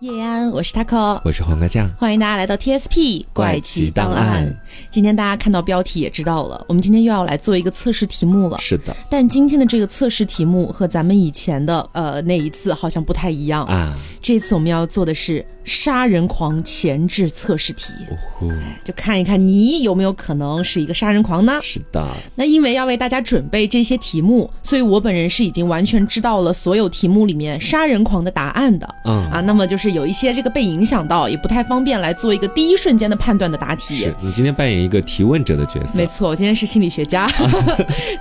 夜安，我是 Taco，我是黄瓜酱。欢迎大家来到 TSP 怪奇档案。今天大家看到标题也知道了，我们今天又要来做一个测试题目了。是的但今天的这个测试题目和咱们以前的呃那一次好像不太一样。啊，这次我们要做的是杀人狂前置测试题，哦呼，就看一看你有没有可能是一个杀人狂呢？是的，那因为要为大家准备这些题目，所以我本人是已经完全知道了所有题目里面杀人狂的答案的。嗯，啊，那么就是有一些这个被影响到，也不太方便来做一个第一瞬间的判断的答题是。你今天扮演一个提问者的角色没，错，我今天是心理学 家，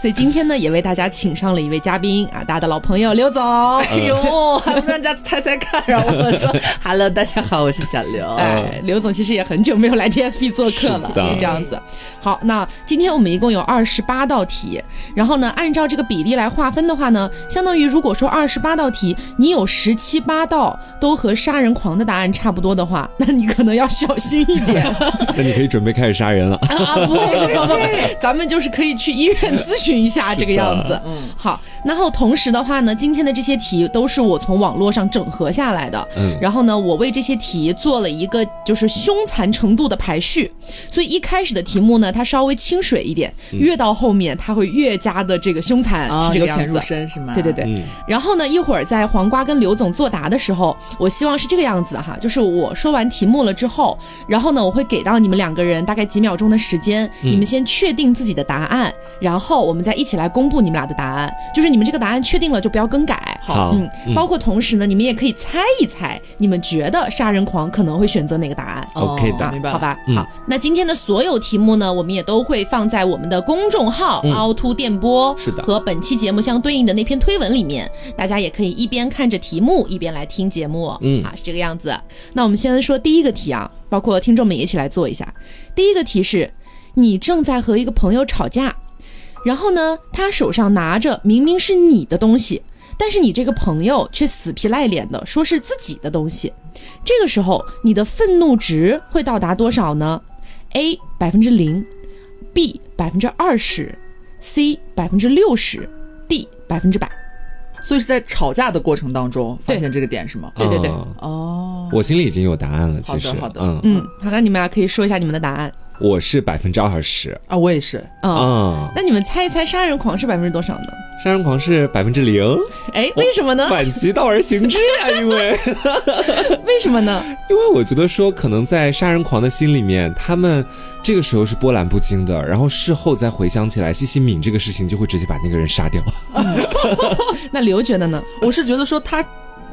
所以今天呢也为大家请上了一位嘉宾啊，大家的老朋友 刘总。哎呦，还不让人家猜猜看，然后我说 “Hello，大 家好，我是小刘。”哎，刘总其实也很久没有来 TSP 做客了，哦是的也这样子。好，那今天我们一共有二十八道题，然后呢，按照这个比例来划分的话呢，相当于如果说二十八道题，你有十七八道都和杀人狂的答案差不多的话，那你可能要小心一点。 那你可以准备开始杀人了。啊，不会，不会， 不会，咱们就是可以去医院咨询一下这个样子。嗯，好。然后同时的话呢，今天的这些题都是我从网络上整合下来的。嗯然后呢，我为这些题做了一个就是凶残程度的排序，所以一开始的题目呢，它稍微清水一点，越到后面它会越加的这个凶残，嗯啊，是这由个样浅子入。深是吗？对对对，嗯然后呢，一会儿在黄瓜跟刘总作答的时候，我希望是这个样子的哈，就是我说完题目了之后，然后呢，我会给到你们两个人大概几秒钟的时间，嗯你们先确定自己的答案，然后我们再一起来公布你们俩的答案。就是你们这个答案确定了就不要更改。好嗯，嗯包括同时呢，你们也可以猜一猜，你们觉得杀人狂可能会选择哪个答案。哦 OK 的明白了好。吧，嗯好，那今天的所有题目呢，我们也都会放在我们的公众号“凹凸电波”嗯是的和本期节目相对应的那篇推文里面，大家也可以一边看着题目，一边来听节目，嗯啊，是这个样子。那我们先说第一个题啊，包括听众们也一起来做一下。第一个题是，你正在和一个朋友吵架，然后呢，他手上拿着明明是你的东西，但是你这个朋友却死皮赖脸的说是自己的东西，这个时候你的愤怒值会到达多少呢？A 百分之零，B 百分之二十，C 百分之六十，D 百分之百。所以是在吵架的过程当中发对现这个点是吗？对对对嗯哦，我心里已经有答案了。其实，好的好的嗯，嗯，好，那你们俩可以说一下你们的答案。我是百分之二十。啊，我也是。嗯，啊，那你们猜一猜杀人狂是百分之多少呢？杀人狂是百分之零，哎，为什么呢？反其道而行之呀，因为。 为什么呢？因为我觉得说，可能在杀人狂的心里面，他们这个时候是波澜不惊的，然后事后再回想起来，西西敏这个事情就会直接把那个人杀掉。那刘觉得呢？我是觉得说他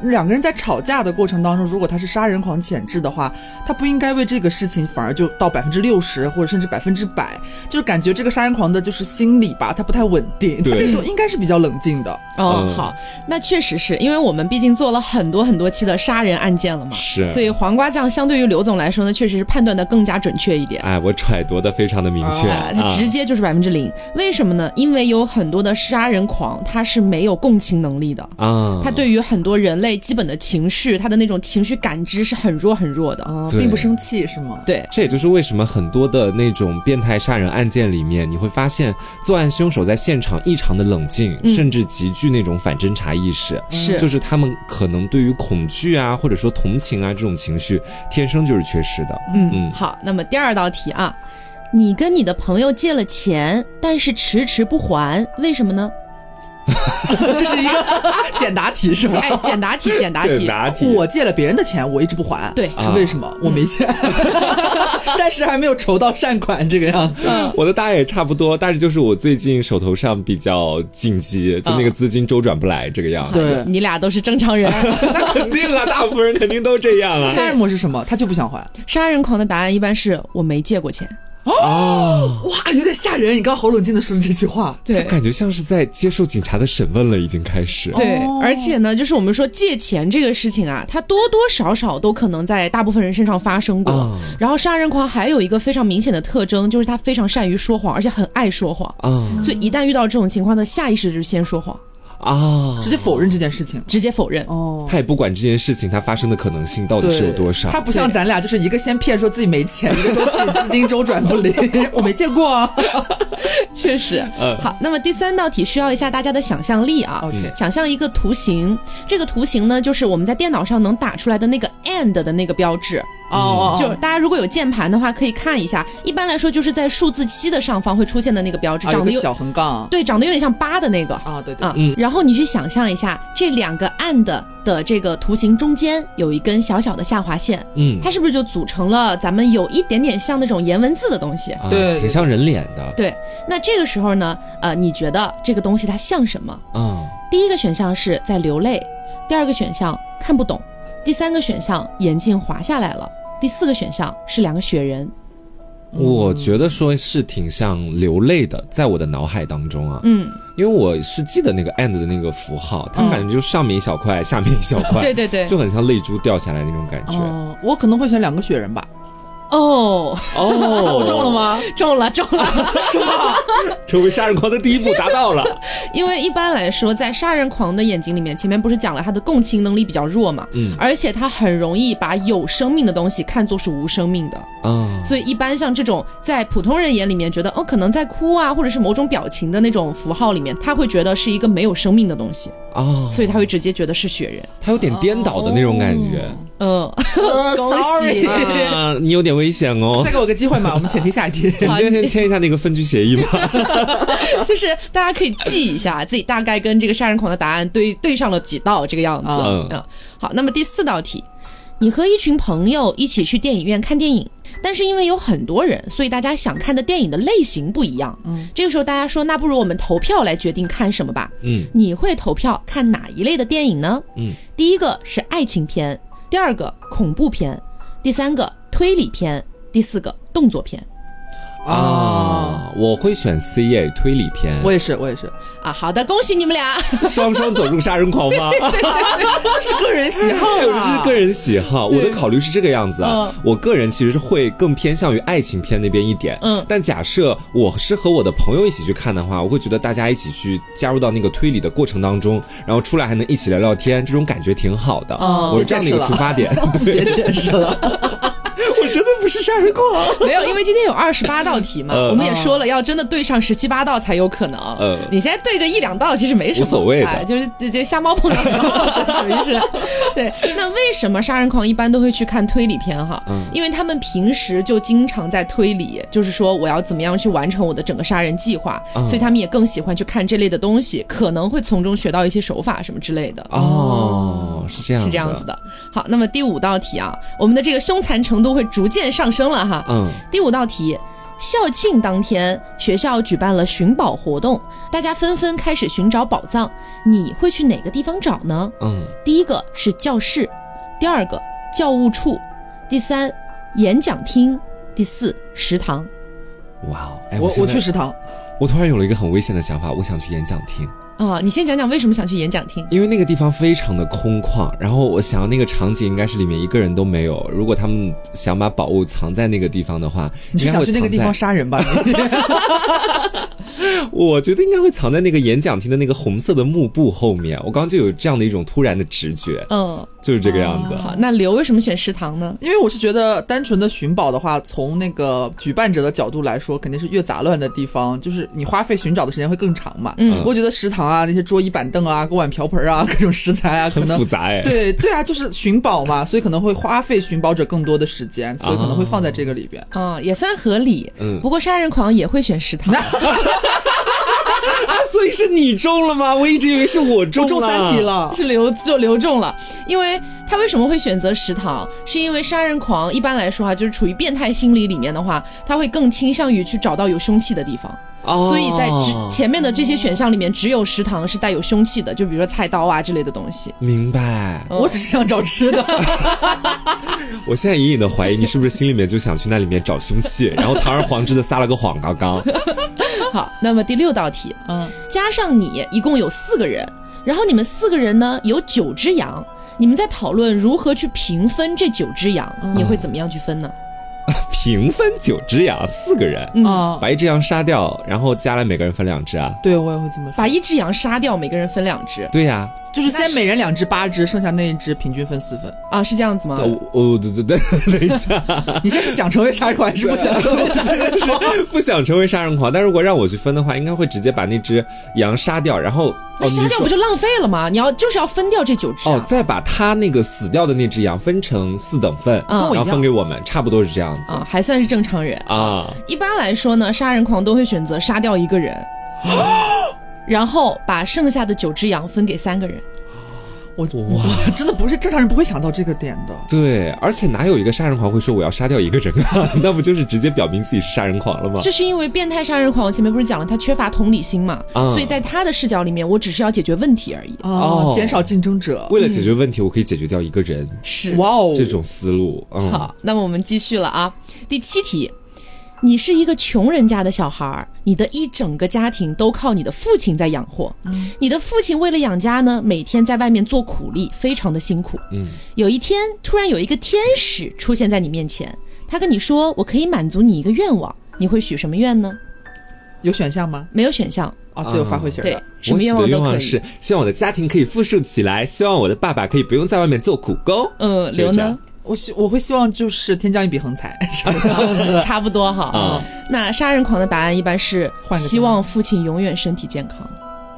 两个人在吵架的过程当中，如果他是杀人狂潜质的话，他不应该为这个事情反而就到百分之六十或者甚至百分之百，就是感觉这个杀人狂的就是心理吧，他不太稳定，他对这时候应该是比较冷静的。哦，嗯好，那确实是因为我们毕竟做了很多很多期的杀人案件了嘛，是所以黄瓜酱相对于刘总来说呢，确实是判断的更加准确一点。哎，我揣度的非常的明确，啊，他啊直接就是百分之零，为什么呢？因为有很多的杀人狂，他是没有共情能力的，啊，他对于很多人类基本的情绪，他的那种情绪感知是很弱很弱的。啊，对并不生气是吗？对，这也就是为什么很多的那种变态杀人案件里面，你会发现作案凶手在现场异常的冷静，嗯甚至极具那种反侦查意识，是就是他们可能对于恐惧啊，或者说同情啊这种情绪，天生就是缺失的。嗯，嗯好，那么第二道题啊，你跟你的朋友借了钱，但是迟迟不还，为什么呢？这是一个 简答题是吗？哎，简答题， 简答题，答我借了别人的钱，我一直不还，对是为什么？我没钱， 暂时还没有筹到善款这个样子。 我的答案也差不多，但是就是我最近手头上比较紧急，嗯就那个资金周转不来这个样子。 对，你俩都是正 常人。那肯定啊，大部分人肯定都这样啊。杀人魔是什么？他就不想还。杀人狂的答案一般是我没借过钱。哦，哇，有点吓人！你刚好冷静的说这句话，对感觉像是在接受警察的审问了，已经开始。对哦，而且呢，就是我们说借钱这个事情啊，它多多少少都可能在大部分人身上发生过。啊然后杀人狂还有一个非常明显的特征，就是他非常善于说谎，而且很爱说谎。啊哦所以一旦遇到这种情况，他下意识就是先说谎。啊直，接否认这件事情。直接否认。哦，他也不管这件事情它发生的可能性到底是有多少。他不像咱俩，就是一个先骗说自己没钱，一个说自己资金周转不灵， 我没见过啊。确实，好，那么第三道题需要一下大家的想象力啊。 OK 想象一个图形，这个图形呢，就是我们在电脑上能打出来的那个 and 的那个标志。哦哦就是大家如果有键盘的话，可以看一下。一般来说，就是在数字七的上方会出现的那个标志，啊长有得个有小横杠对，长得有点像八的那个啊，对对啊。嗯然后你去想象一下，这两个 and 的这个图形中间有一根小小的下划线，嗯，它是不是就组成了咱们有一点点像那种颜文字的东西？啊对对挺像人脸的。啊对，那这个时候呢，呃，你觉得这个东西它像什么？嗯，第一个选项是在流泪，第二个选项看不懂，第三个选项眼镜滑下来了，第四个选项是两个雪人。我觉得说是挺像流泪的，在我的脑海当中啊，嗯，因为我是记得那个 and 的那个符号，嗯它感觉就上面一小块，下面一小块，对对对就很像泪珠掉下来那种感觉。哦，我可能会选两个雪人吧。哦，哦，我中了？吗？中了中了，是吧？ 成为杀人狂的第一步达到了。因为一般来说，在杀人狂的眼睛里面，前面不是讲了他的共情能力比较弱嘛，嗯而且他很容易把有生命的东西看作是无生命的，啊，所以一般像这种在普通人眼里面觉得哦可能在哭啊，或者是某种表情的那种符号里面，他会觉得是一个没有生命的东西，啊，所以他会直接觉得是雪人。它有点颠倒的那种感觉。哦嗯， 恭喜 sorry 啊，你有点危险哦 再。给我个机会嘛，我们且听下一题。 你今天先签一下那个分居协议 吧。就是大家可以记一下自己大概跟这个杀人狂的答案对对上了几道这个样子。嗯嗯，好，那么第四道题，你和一群朋友一起去电影院看电影，但是因为有很多人，所以大家想看的电影的类型不一样。嗯，这个时候大家说，那不如我们投票来决定看什么吧。嗯，你会投票看哪一类的电影呢？嗯，第一个是爱情片，第二个恐怖片，第三个推理片，第四个动作片。哦啊，啊，我会选 C A 推理片。我也是，我也是，啊，好的，恭喜你们俩。双双走入杀人狂吗？这是个 人喜好有的 是个人喜好，我的考虑是这个样子啊。我个人其实是会更偏向于爱情片那边一点，嗯但假设我是和我的朋友一起去看的话，我会觉得大家一起去加入到那个推理的过程当中，然后出来还能一起聊聊天，这种感觉挺好的。哦我是这样的一个出发 点，别解释了，我真的不是杀人狂。 没有，因为今天有二十八道题嘛，嗯我们也说了，要真的对上十七八道才有可能。嗯你现在对个一两道其实没什么，无所谓的哎就是这这瞎猫碰上死耗子，属于 是。对，那为什么杀人狂一般都会去看推理片哈？嗯因为他们平时就经常在推理，就是说我要怎么样去完成我的整个杀人计划，嗯所以他们也更喜欢去看这类的东西，可能会从中学到一些手法什么之类的。哦，是这样，是这样子。的。好，那么第五道题啊，我们的这个凶残程度会逐渐上升了哈。嗯，第五道题，校庆当天，学校举办了寻宝活动，大家纷纷开始寻找宝藏。你会去哪个地方找呢？嗯，第一个是教室，第二个教务处，第三演讲厅，第四食堂。哇哦，哎，我现我在去，食堂，我突然有了一个很危险的想法，我想去演讲厅。啊、你先讲讲为什么想去演讲厅？因为那个地方非常的空旷，然后我想那个场景应该是里面一个人都没有。如果他们想把宝物藏在那个地方的话，你是应该想会去那个地方藏在？杀人吧？你 我觉得应该会藏在那个演讲厅的那个红色的幕布后面。我刚刚就有这样的一种突然的直觉，嗯，就是这个样哦子。好，啊那刘为什么选食堂呢？因为我是觉得单纯的寻宝的话，从那个举办者的角度来说，肯定是越杂乱的地方，就是你花费寻找的时间会更长嘛。嗯我觉得食堂啊，那些桌椅板凳啊，锅碗瓢盆啊，各种食材啊，可很能复杂哎。对对啊，就是寻宝嘛，所以可能会花费寻宝者更多的时间，所以可能会放在这个里边。嗯，也算合理。嗯不过杀人狂也会选食堂。啊，所以是你中了吗？我一直以为是我中啊了。我中三题。了，是留就留中了，因为他为什么会选择食堂？是因为杀人狂一般来说啊，就是处于变态心理里面的话，他会更倾向于去找到有凶器的地方，哦、所以在之前面的这些选项里面，只有食堂是带有凶器的，就比如说菜刀啊之类的东西。明白。嗯我只是想找吃的。我现在隐隐的怀疑你是不是心里面就想去那里面找凶器， 然后堂而皇之的撒了个谎。刚刚，好，那么第六道题，嗯，加上你一共有四个人，然后你们四个人呢有九只羊。你们在讨论如何去平分这九只羊，你会怎么样去分呢？平分九只羊，四个人嗯 啊，把一只羊杀掉，然后家来每个人分两只啊。对我也会这么说，把一只羊杀掉，每个人分两只对呀、就是那先是每人两只八只，剩下那一只平均分四分。啊，是这样子吗？哦哦，对对对，等 一下，你现在是想成为杀人狂还是不想成为杀人狂？不想成为杀人狂，但如果让我去分的话，应该会直接把那只羊杀掉，然后那哦，杀你掉说不就浪费了吗？你要就是要分掉这九只、哦，啊。再把它那个死掉的那只羊分成四等份，嗯跟我一嗯然后样分给我们，差不多是这样子啊，还算是正常人。啊。一般来说呢，杀人狂都会选择杀掉一个人， 然后把剩下的九只羊分给三个人。 哦我哇，真的不是正常人不会想到这个点的。对，而且哪有一个杀人狂会说我要杀掉一个人啊？ 那不就是直接表明自己是杀人狂了吗？这是因为变态杀人狂，我前面不是讲了他缺乏同理心嘛，嗯所以在他的视角里面，我只是要解决问题而已。哦哦，减少竞争者。为了解决问题，我可以解决掉一个人，是哇哦，这种思路，嗯，好，那么我们继续了啊。第七题，你是一个穷人家的小孩儿，你的一整个家庭都靠你的父亲在养活。嗯你的父亲为了养家呢，每天在外面做苦力，非常的辛苦。嗯，有一天，突然有一个天使出现在你面前，他跟你说：“我可以满足你一个愿望。”你会许什么愿呢？有选项吗？没有选项，哦，自由发挥型的。对，什么愿我望许的都可愿以。望是希望我的家庭可以富庶起来，希望我的爸爸可以不用在外面做苦工。呃，就是刘这样呢？我希我会希望就是天降一笔横 财， 差不多哈。啊那杀人狂的答案一般是换个希望父亲永远身体健康。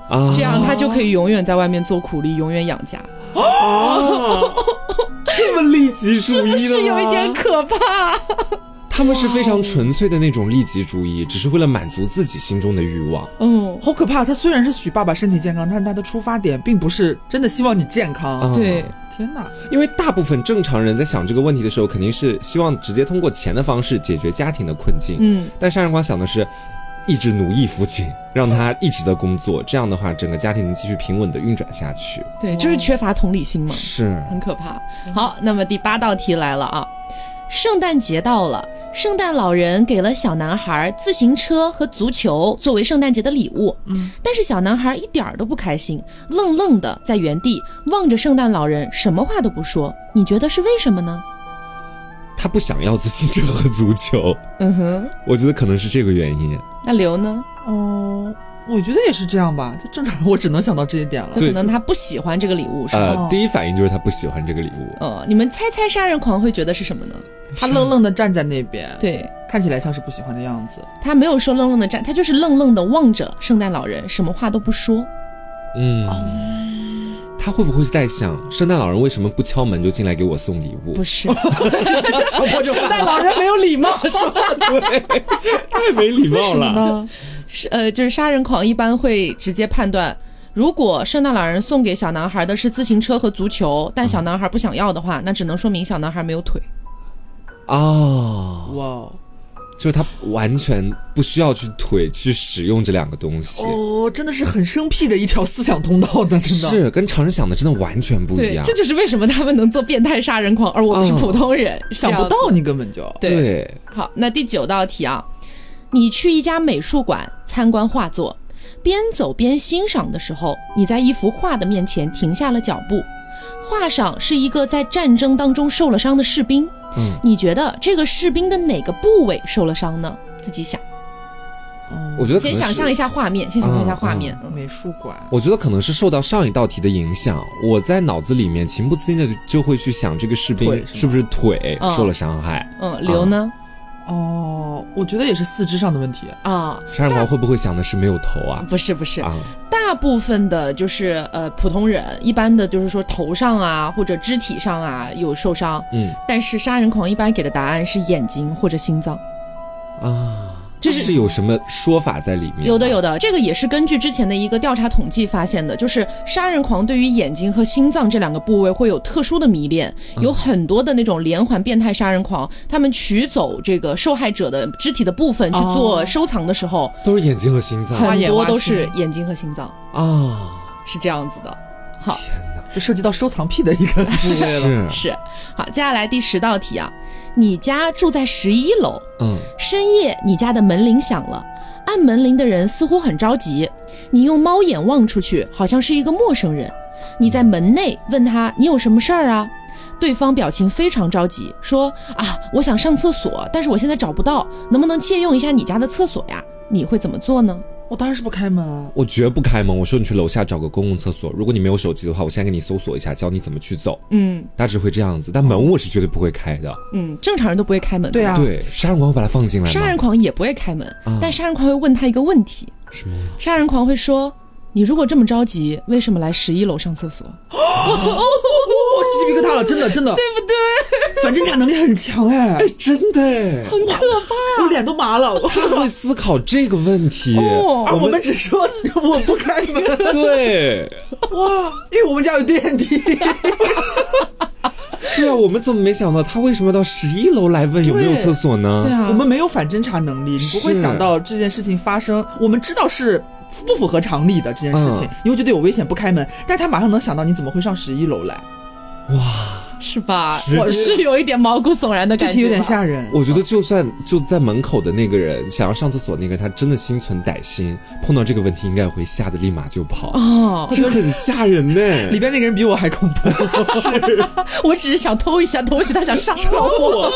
啊这样他就可以永远在外面做苦力，永远养家，啊，这么利己主义的吗？是有一点可怕。他们是非常纯粹的那种利己主义，只是为了满足自己心中的欲望。嗯，好可怕！他虽然是许爸爸身体健康，但他的出发点并不是真的希望你健康。啊对，天哪，因为大部分正常人在想这个问题的时候，肯定是希望直接通过钱的方式解决家庭的困境。嗯，但杀人狂想的是。一直奴役父亲，让他一直的工作，这样的话，整个家庭能继续平稳的运转下去。对，就是缺乏同理心嘛，是，很可怕。好，那么第八道题来了啊，圣诞节到了，圣诞老人给了小男孩自行车和足球作为圣诞节的礼物，嗯，但是小男孩一点儿都不开心，愣愣的在原地望着圣诞老人，什么话都不说。你觉得是为什么呢？他不想要自行车和足球，嗯哼，我觉得可能是这个原因。那刘呢？哦，我觉得也是这样吧。就正常人，我只能想到这一点了。就可对能他不喜欢这个礼物，是吧？呃哦，第一反应就是他不喜欢这个礼物。呃，你们猜猜杀人狂会觉得是什么呢？他愣愣的站在那边，对看起来像是不喜欢的样子。他没有说愣愣的站，他就是愣愣的望着圣诞老人，什么话都不说。嗯，他会不会在想，圣诞老人为什么不敲门就进来给我送礼物？不是，圣诞老人没有礼貌，太没礼貌了。呢？是呃，就是杀人狂一般会直接判断，如果圣诞老人送给小男孩的是自行车和足球，但小男孩不想要的话，那只能说明小男孩没有腿。哦，哇哦啊就是他完全不需要去腿去使用这两个东西，哦，真的是很生僻的一条思想通道呢，真的。是跟常人想的真的完全不一样这。就是为什么他们能做变态杀人狂，而我们是普通人，嗯想不这样子到。你根本就对，好，那第九道题啊，你去一家美术馆参观画作，边走边欣赏的时候，你在一幅画的面前停下了脚步。画上是一个在战争当中受了伤的士兵，嗯，你觉得这个士兵的哪个部位受了伤呢？自己想，我觉得可先能想呃是象一下画面，先想象一下画面，嗯哦美术馆我觉得可能是受到上一道题的影响，我在脑子里面情不自禁的就会去想这个士兵腿是吗是不是腿嗯受了伤害，嗯，刘呢？哦，我觉得也是四肢上的问题。啊，杀人狂会不会想的是没有头啊？不是不是，啊，大部分的就是呃普通人，一般的就是说头上啊或者肢体上啊有受伤，嗯但是杀人狂一般给的答案是眼睛或者心脏，啊，就这是是有什么说法在里面？有的有的，的，这个也是根据之前的一个调查统计发现的，就是杀人狂对于眼睛和心脏这两个部位会有特殊的迷恋，有很多的那种连环变态杀人狂，他们取走这个受害者的肢体的部分去做哦收藏的时候，都是眼睛和心脏挖很眼多挖都心是眼睛和心脏，啊。是这样子的。好，这涉及到收藏癖的一个部位了。是， 是好，接下来第十道题啊，你家住在十一楼，嗯，深夜你家的门铃响了，按门铃的人似乎很着急，你用猫眼望出去，好像是一个陌生人。你在门内问他你有什么事儿啊？对方表情非常着急，说啊，我想上厕所，但是我现在找不到，能不能借用一下你家的厕所呀？你会怎么做呢？我哦当然是不开门啊。我绝不开门。我说你去楼下找个公共厕所，如果你没有手机的话，我现在给你搜索一下，教你怎么去走。嗯大致会这样子，但门我是绝对不会开的。嗯，正常人都不会开门，对吧啊，对，杀人狂会把它放进来吗？杀人狂也不会开门，啊但杀人狂会问他一个问题，什么问题？杀人狂会说：“你如果这么着急，为什么来十一楼上厕所？我哦鸡皮疙瘩了，真的真的，对不对？反侦查能力很强哎， 哎，真 的哎，我脸都麻了。我他会思考这个问题。哦啊，我们只说我不开门 对，哇，因为我们家有电梯。对啊，我们怎么没想到他为什么要到十一楼来问有没有厕所呢？对啊我们没有反侦查能力，你不会是想到这件事情发生。我们知道是不符合常理的这件事情嗯，你会觉得有危险不开门，但他马上能想到你怎么会上十一楼来，是吧是？我是有一点毛骨悚然的这感觉吧，题有点吓人。我觉得就算就在门口的那个人想要上厕所那个人，他真的心存歹心，碰到这个问题应该会吓得立马就跑，哦。这很吓人呢、里边那个人比我还恐怖，我只是想偷一下东西，他想杀 我，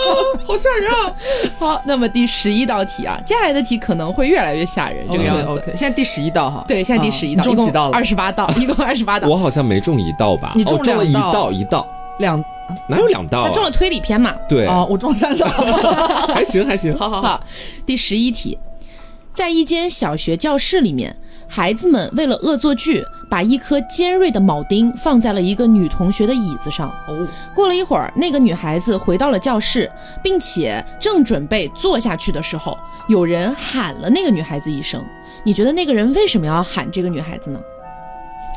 好吓人啊！ 好，那么第十一道题啊，接下来的题可能会越来越吓人，这个样子。哦 OK，现在第十一道哈，对，现在第啊十一你道，一中共几道了？二十八 道，一共二十八道。我好像没中一道吧？你哦中中了两一道道一道，两哪有两哦道、他啊？中了推理篇嘛？对，啊，我中 三道。还行还行。好好好，好，第十一题，在一间小学教室里面，孩子们为了恶作剧，把一颗尖锐的铆钉放在了一个女同学的椅子上。哦，过了一会儿，那个女孩子回到了教室，并且正准备坐下去的时候，有人喊了那个女孩子一声。你觉得那个人为什么要喊这个女孩子呢？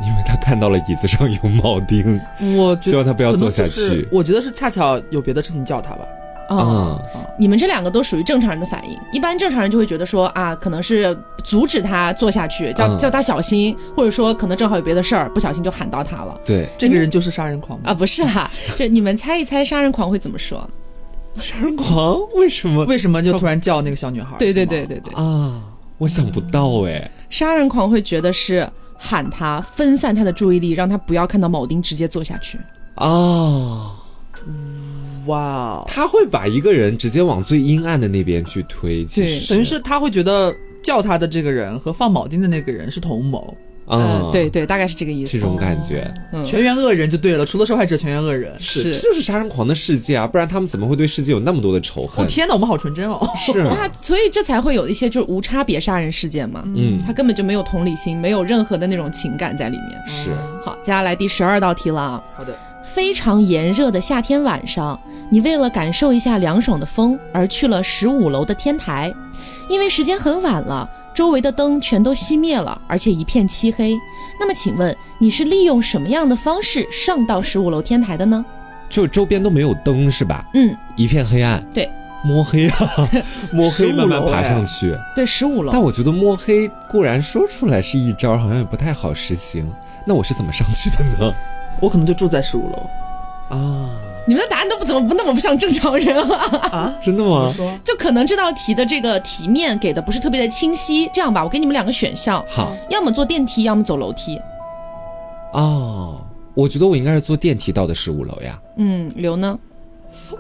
因为他看到了椅子上有铆钉，我觉得希望他不要坐下去可能就是我觉得是恰巧有别的事情叫他吧。啊、啊、嗯你们这两个都属于正常人的反应。一般正常人就会觉得说啊，可能是阻止他坐下去，叫、嗯叫他小心，或者说可能正好有别的事儿，不小心就喊到他了。对，这个人就是杀人狂吗？啊，不是 啦，这你们猜一猜杀人狂会怎么说？杀人狂为什么为什么就突然叫那个小女孩？对对对对对，啊？我想不到哎、杀人狂会觉得是喊他分散他的注意力，让他不要看到铆钉，直接坐下去。啊，哇哦，他会把一个人直接往最阴暗的那边去推，其实等于是他会觉得叫他的这个人和放铆钉的那个人是同谋，啊、嗯，对对，大概是这个意思。这种感觉、嗯全员恶人就对了，除了受害者全员恶人。是这就是杀人狂的世界啊，不然他们怎么会对世界有那么多的仇我、恨？天哪，我们好纯真哦！是，那所以这才会有一些就是无差别杀人事件嘛，嗯，他根本就没有同理心，没有任何的那种情感在里面。是好，接下来第十二道题了啊。好的，非常炎热的夏天晚上，你为了感受一下凉爽的风，而去了十五楼的天台。因为时间很晚了，周围的灯全都熄灭了，而且一片漆黑。那么，请问你是利用什么样的方式上到十五楼天台的呢？就周边都没有灯是吧？嗯，一片黑暗，对，摸黑啊，摸黑慢慢15楼爬哎上去。对，十五楼但。我觉得摸黑固然说出来是一招，好像也不太好实行。那我是怎么上去的呢？我可能就住在十五楼啊，你们的答案都不怎么不那么不像正常人啊！ 啊。真的我吗？说就可能这道题的这个题面给的不是特别的清晰。这样吧，我给你们两个选项，好要么坐电梯，要么走楼梯。哦，我觉得我应该是坐电梯到的十五楼呀。嗯，刘呢？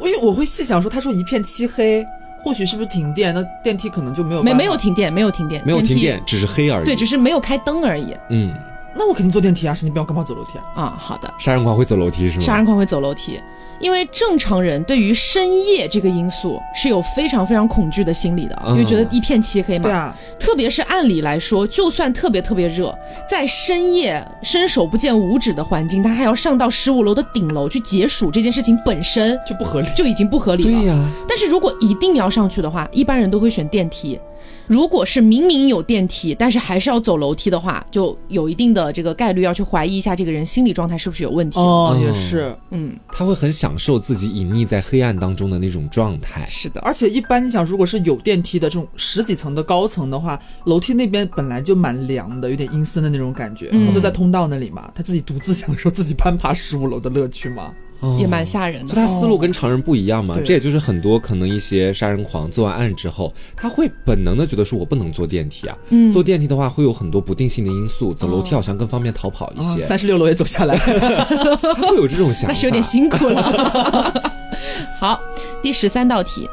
我因为我会细想说，他说一片漆黑，或许是不是停电？那电梯可能就没有没办法没有。停电，没有停电，没有停梯电，只是黑而已。对，只是没有开灯而已嗯，那我肯定坐电梯啊，神经病，我干嘛走楼梯啊？啊。好的，杀人狂会走楼梯是吗？杀人狂会走楼梯，因为正常人对于深夜这个因素是有非常非常恐惧的心理的，嗯因为觉得一片漆黑嘛。对啊，特别是按理来说，就算特别特别热，在深夜伸手不见五指的环境，他还要上到十五楼的顶楼去解暑，这件事情本身就不合理。就已经不合理了。对呀、但是如果一定要上去的话，一般人都会选电梯。如果是明明有电梯，但是还是要走楼梯的话，就有一定的这个概率要去怀疑一下这个人心理状态是不是有问题。哦，嗯也是，嗯，他会很享受自己隐匿在黑暗当中的那种状态。是的，而且一般你想，如果是有电梯的这种十几层的高层的话，楼梯那边本来就蛮凉的，有点阴森的那种感觉。嗯他都在通道那里嘛，他自己独自享受自己攀爬十五楼的乐趣嘛。哦也蛮吓人就的。他思路跟常人不一样嘛，对这也就是很多可能一些杀人狂做完案之后，他会本能的觉得说我不能坐电梯啊，嗯坐电梯的话会有很多不定性的因素，走楼梯好像更方便逃跑一些，三十六楼也走下来，他会有这种想哦法，那是有点辛苦了。 好，第十三道题，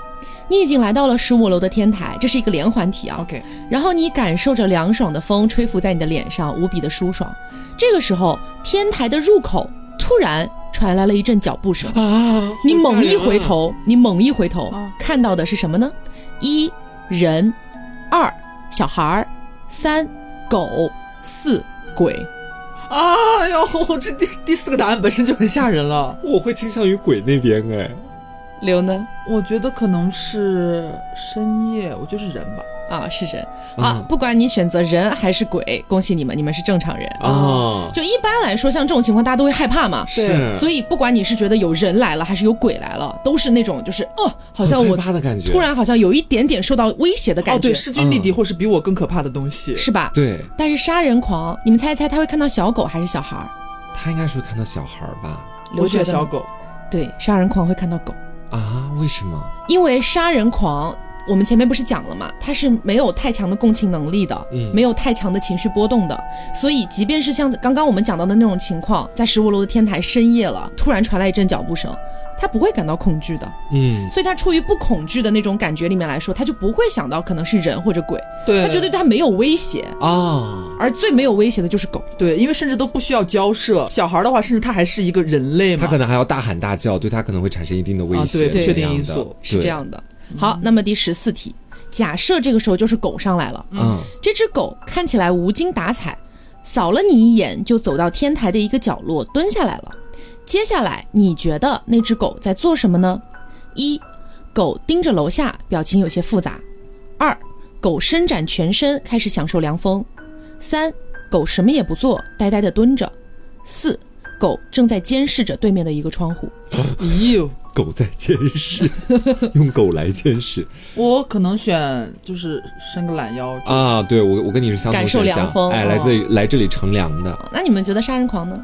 你已经来到了十五楼的天台，这是一个连环题啊。 OK，然后你感受着凉爽的风吹拂在你的脸上，无比的舒爽。这个时候，天台的入口突然传来了一阵脚步 声，啊，你好吓猛一人啊嗯回，头，你猛一回头啊，看到的是什么呢？一人，二小孩儿，三狗，四鬼。哎呦，我这第第四个答案本身就很吓人了。我会倾向于鬼那边哎，刘呢？我觉得可能是深夜，我觉得是人吧。啊，是人啊啊！不管你选择人还是鬼，恭喜你们，你们是正常人。啊，就一般来说，像这种情况，大家都会害怕嘛。嗯是，哦所以不管你是觉得有人来了，还是有鬼来了，都是那种就是哦，好像很 我害怕的感觉，突然好像有一点点受到威胁的感觉，哦，对，势均力敌，或是比我更可怕的东西。是吧？对但是杀人狂，你们猜一猜他会看到小狗还是小孩儿？他应该是会看到小孩儿吧？刘我选觉得小呢狗，对，杀人狂会看到狗，啊，为什么？因为杀人狂。我们前面不是讲了嘛，他是没有太强的共情能力的，嗯没有太强的情绪波动的，所以即便是像刚刚我们讲到的那种情况，在十五楼的天台深夜了，突然传来一阵脚步声，他不会感到恐惧的，嗯，所以他处于不恐惧的那种感觉里面来说，他就不会想到可能是人或者鬼，对，他觉得对他没有威胁，啊，而最没有威胁的就是狗。对，因为甚至都不需要交涉。小孩的话，甚至他还是一个人类他嘛可。能还要大喊大叫，对他可能会产生一定的威啊胁，对不确这样定因的素是这，样的。好，那么第十四题，假设这个时候就是狗上来了，对嗯这只狗看起来无精打采，扫了你一眼就走到天台的一个角落蹲下来了。接下来你觉得那只狗在做什么呢？一，狗盯着楼下，表情有些复杂；二，狗伸展全身，开始享受凉风；三，狗什么也不做，呆呆地蹲着；四，狗正在监视着对面的一个窗户。咦呦，狗在监视， 用狗来监视我可能选就是伸个懒腰。啊！对我，我跟你是相同感受选项凉风哎，哦来这嗯里来这里乘凉的，那你们觉得杀人狂呢？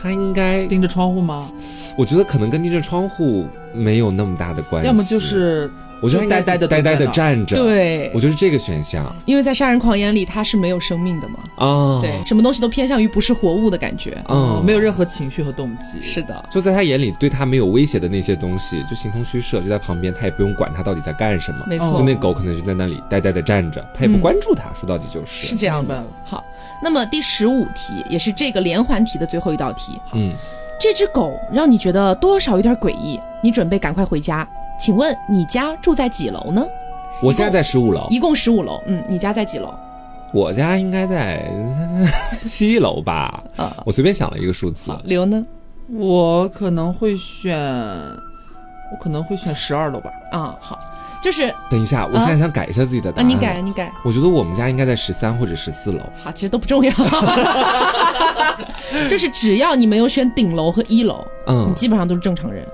他应该，盯着窗户吗？我觉得可能跟盯着窗户没有那么大的关系，要么就是我觉得他应该就呆呆呆地呆的蹲在站着，，对啊我觉得这个选项因为在杀人狂眼里，他是没有生命的嘛，啊，对，，什么东西都偏向于不是活物的感觉。嗯，呃哦没有任何情绪和动机。是的，就在他眼里，对他没有威胁的那些东西，就形同虚设，就在旁边，他也不用管他到底在干什么。没错，嗯就那狗可能就在那里呆呆的站着，他也不关注他，说到底就是，是这样明白的。了。好，那么第十五题也是这个连环题的最后一道题，嗯，这只狗让你觉得多少有点诡异，你准备赶快回家。请问你家住在几楼呢？我现在在十五楼，一共十五楼，嗯，你家在几楼？我家应该在 七楼吧，啊，我随便想了一个数字好，刘呢？我可能会选，我可能会选十二楼吧。啊，好，就是等一下，我现在想改一下自己的啊，答案，你改，你改，我觉得我们家应该在十三或者十四楼，好，其实都不 重要，就是只要你没有选顶楼和一楼，你嗯，基本上都是正常人。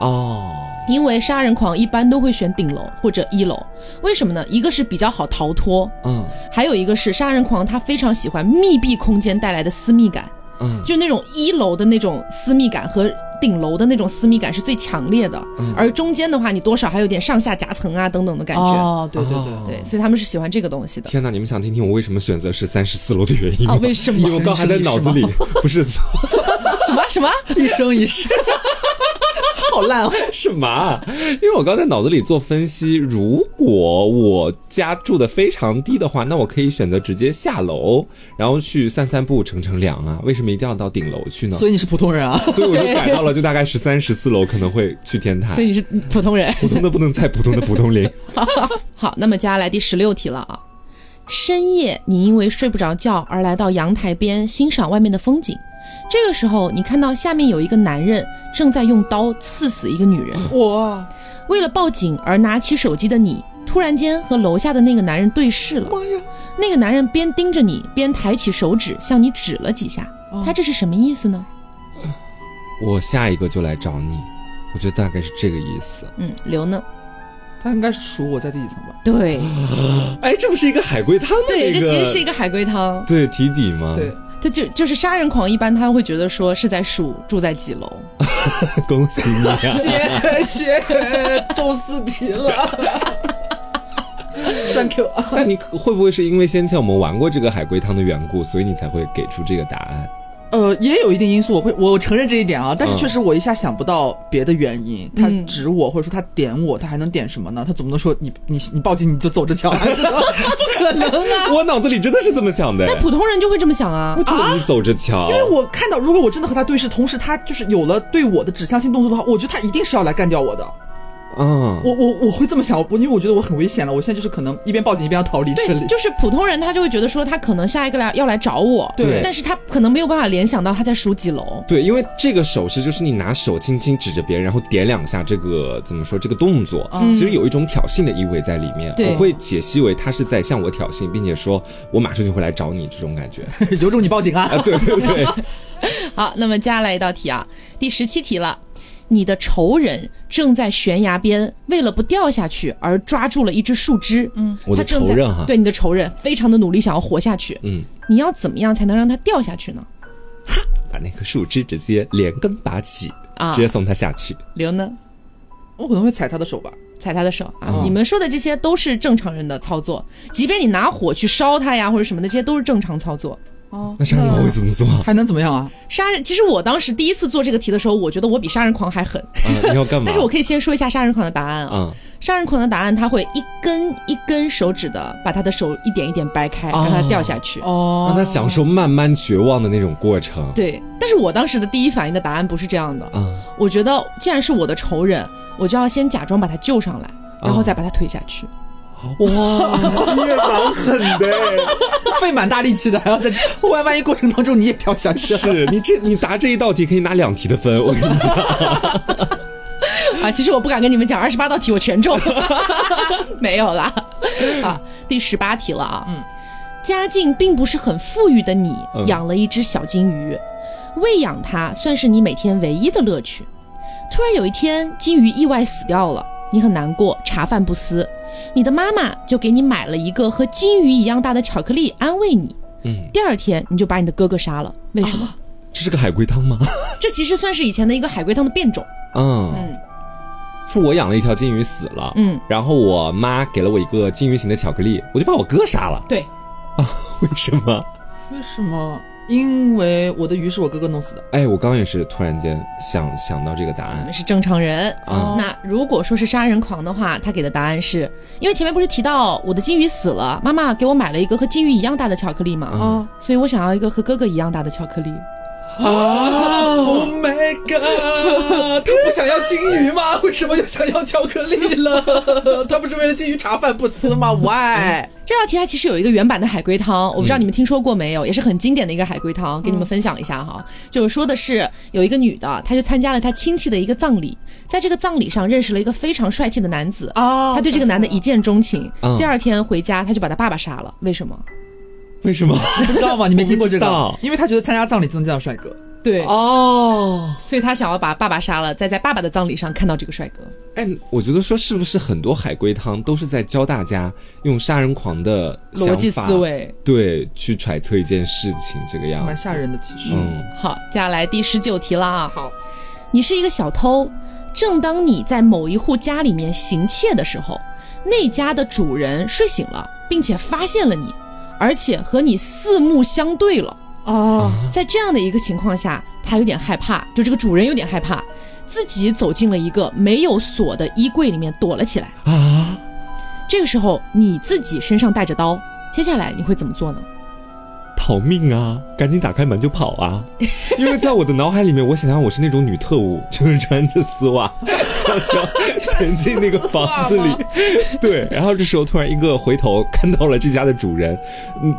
哦，因为杀人狂一般都会选顶楼或者一楼，为什么呢？一个是比较好逃脱，嗯还有一个是杀人狂他非常喜欢密闭空间带来的私密感，嗯就那种一楼的那种私密感和顶楼的那种私密感是最强烈的，嗯而中间的话，你多少还有点上下夹层啊等等的感觉，哦，对对对，哦对，所以他们是喜欢这个东西的。天哪！你们想听听我为什么选择十三、十四楼的原因啊吗？？为什么因为我刚还在脑子里，不是什么什么？ 一生一世，好烂哦！ 什么啊？因为我刚才脑子里做分析，如果我家住的非常低的话，那我可以选择直接下楼，然后去散散步、乘乘凉啊。为什么一定要到顶楼去呢？所所以你是普通人啊？以我就改到了，就大概十三、十四楼可能会去天所台。以你是普通人。普通的不能再普通的普通林。好，那么接下来第十六题了啊。深夜，你因为睡不着觉而来到阳台边欣赏外面的风景。这个时候，你看到下面有一个男人正在用刀刺死一个女人。哇，为了报警而拿起手机的你，突然间和楼下的那个男人对视了。妈呀！那个男人边盯着你，边抬起手指向你指了几下。哦他这是什么意思呢？我下一个就来找你，我觉得大概是这个意思。嗯，刘呢？他应该是数我在第几层吧？对哎，这不是一个海龟汤的对，那这个？其实是一个海龟汤。嗯对题底吗？对，他就就是杀人狂，一般他会觉得说是在数住在几楼，恭喜你啊！ 谢谢，周四题了，thank you 啊。那你可会不会是因为先前我们玩过这个海龟汤的缘故，所以你才会给出这个答案？呃，也有一定因素，我会我承认这一点啊，但是嗯确实我一下想不到别的原因。嗯他指我，或者说他点我，他还能点什么呢？他总不能说你你你报警你就走着瞧，是吧 不可能 啊！我脑子里真的是这么想的，但普通人就会这么想啊我。就你走着瞧。啊因为我看到，如果我真的和他对视，同时他就是有了对我的指向性动作的话，我觉得他一定是要来干掉我的。嗯，我我我会这么想，我因为我觉得我很危险了，我现在就是可能一边报警一边要逃离这 里对，。就是普通人他就会觉得说他可能下一个来要来找我，对但是他可能没有办法联想到他在数几楼。对，因为这个手势就是你拿手轻轻指着别人，然后点两下这个怎么说这个动作，其实有一种挑衅的意味在里面。对我会解析为他是在向我挑衅，并且说我马上就会来找你这种感觉。有种你报警啊！ 啊，对对对，好，那么接下来一道题啊，第十七题了。你的仇人正在悬崖边，为了不掉下去而抓住了一只树枝。嗯，我的仇人哈对你的仇人非常的努力想要活下去。嗯，你要怎么样才能让他掉下去呢？把那棵树枝直接连根拔起，啊直接送他下去。刘呢？我可能会踩他的 手吧。踩他的手啊！你们说的这些都是正常人的操作，即便你拿火去烧他呀或者什么的，这些都是正常操作。哦，那山老会怎么做啊？还能怎么样啊？杀人，其实我当时第一次做这个题的时候，我觉得我比杀人狂还狠，你要干嘛？但是我可以先说一下杀人狂的答案啊。啊，杀人狂的答案，他会一根一根手指的把他的手一点一点掰开，哦让他掉下去。哦让他享受慢慢绝望的那种过程。对，但是我当时的第一反应的答案不是这样的， 啊，我觉得既然是我的仇人，我就要先假装把他救上来，然后再把他推下去。 哇，你也蛮狠的。 费蛮大力气的，还要在 户外万一过程当中你也掉下 去了。是你这你答这一道题可以拿两题的分，我跟你讲， 啊，其实我不敢跟你们讲，二十八道题我全中， 没 有啦。啊，第十八题了啊，嗯，家境并不是很富裕的你，嗯养了一只小金鱼，喂养它算是你每天唯一的乐趣。突然有一天，金鱼意外死掉了，你很难过，茶饭不思。你的妈妈就给你买了一个和金鱼一样大的巧克力安慰你。嗯，啊第二天你就把你的哥哥杀了，为什么？这是个海龟汤吗？这其实算是以前的一个海龟汤的变种。嗯，是我养了一条金鱼死了，嗯，然后我妈给了我一个金鱼形的巧克力，我就把我哥杀了， 对，为什么？为什么？因为我的鱼是我哥哥弄死的。哎，我刚刚也是突然间想想到这个答我案们是正常人。啊，那如果说是杀人狂的话，他给的答案是因为前面不是提到我的金鱼死了，妈妈给我买了一个和金鱼一样大的巧克力嘛，哦啊所以我想要一个和哥哥一样大的巧克力。啊！Oh my god！他不想要金鱼吗？为什么又想要巧克力了？ 他不是为了金鱼茶饭不思吗？Why？这道题它其实有一个原版的海龟汤，我不知道你们听说过没有，也是很经典的一个海龟汤，给你们分享一下哈。就是说的是有一个女的，她就参加了她亲戚的一个葬礼，在这个葬礼上认识了一个非常帅气的男子，啊她对这个哦男的一见钟情。嗯第二天回家，她就把她爸爸杀了，为什么？ 为什么？你不知道吗？你没听过这我不知个道？因为他觉得参加葬礼就能见到帅哥。对哦，所以他想要把爸爸杀了，再在爸爸的葬礼上看到这个帅哥。哎，我觉得说是不是很多海龟汤都是在教大家用杀人狂的想法逻辑思维，对，去揣测一件事情这个样子，蛮吓。人的，其实。嗯，好，接下来第十九题了啊！好，你是一个小偷，正当你在某一户家里面行窃的时候，那家的主人睡醒了，并且发现了你，而且和你四目相对了。哦，在这样的一个情况下，他有点害怕，就这个主人有点害怕，自己走进了一个没有锁的衣柜里面躲了起来。啊，这个时候你自己身上带着刀，接下来你会怎么做呢？逃命啊！赶紧打开门就跑啊！ 因为在我的脑海里面，我想象我是那种女特务，就是穿着丝袜 悄悄潜进那个房 子里。对，然后这时候突然一个回头看到了这家的主人，嗯，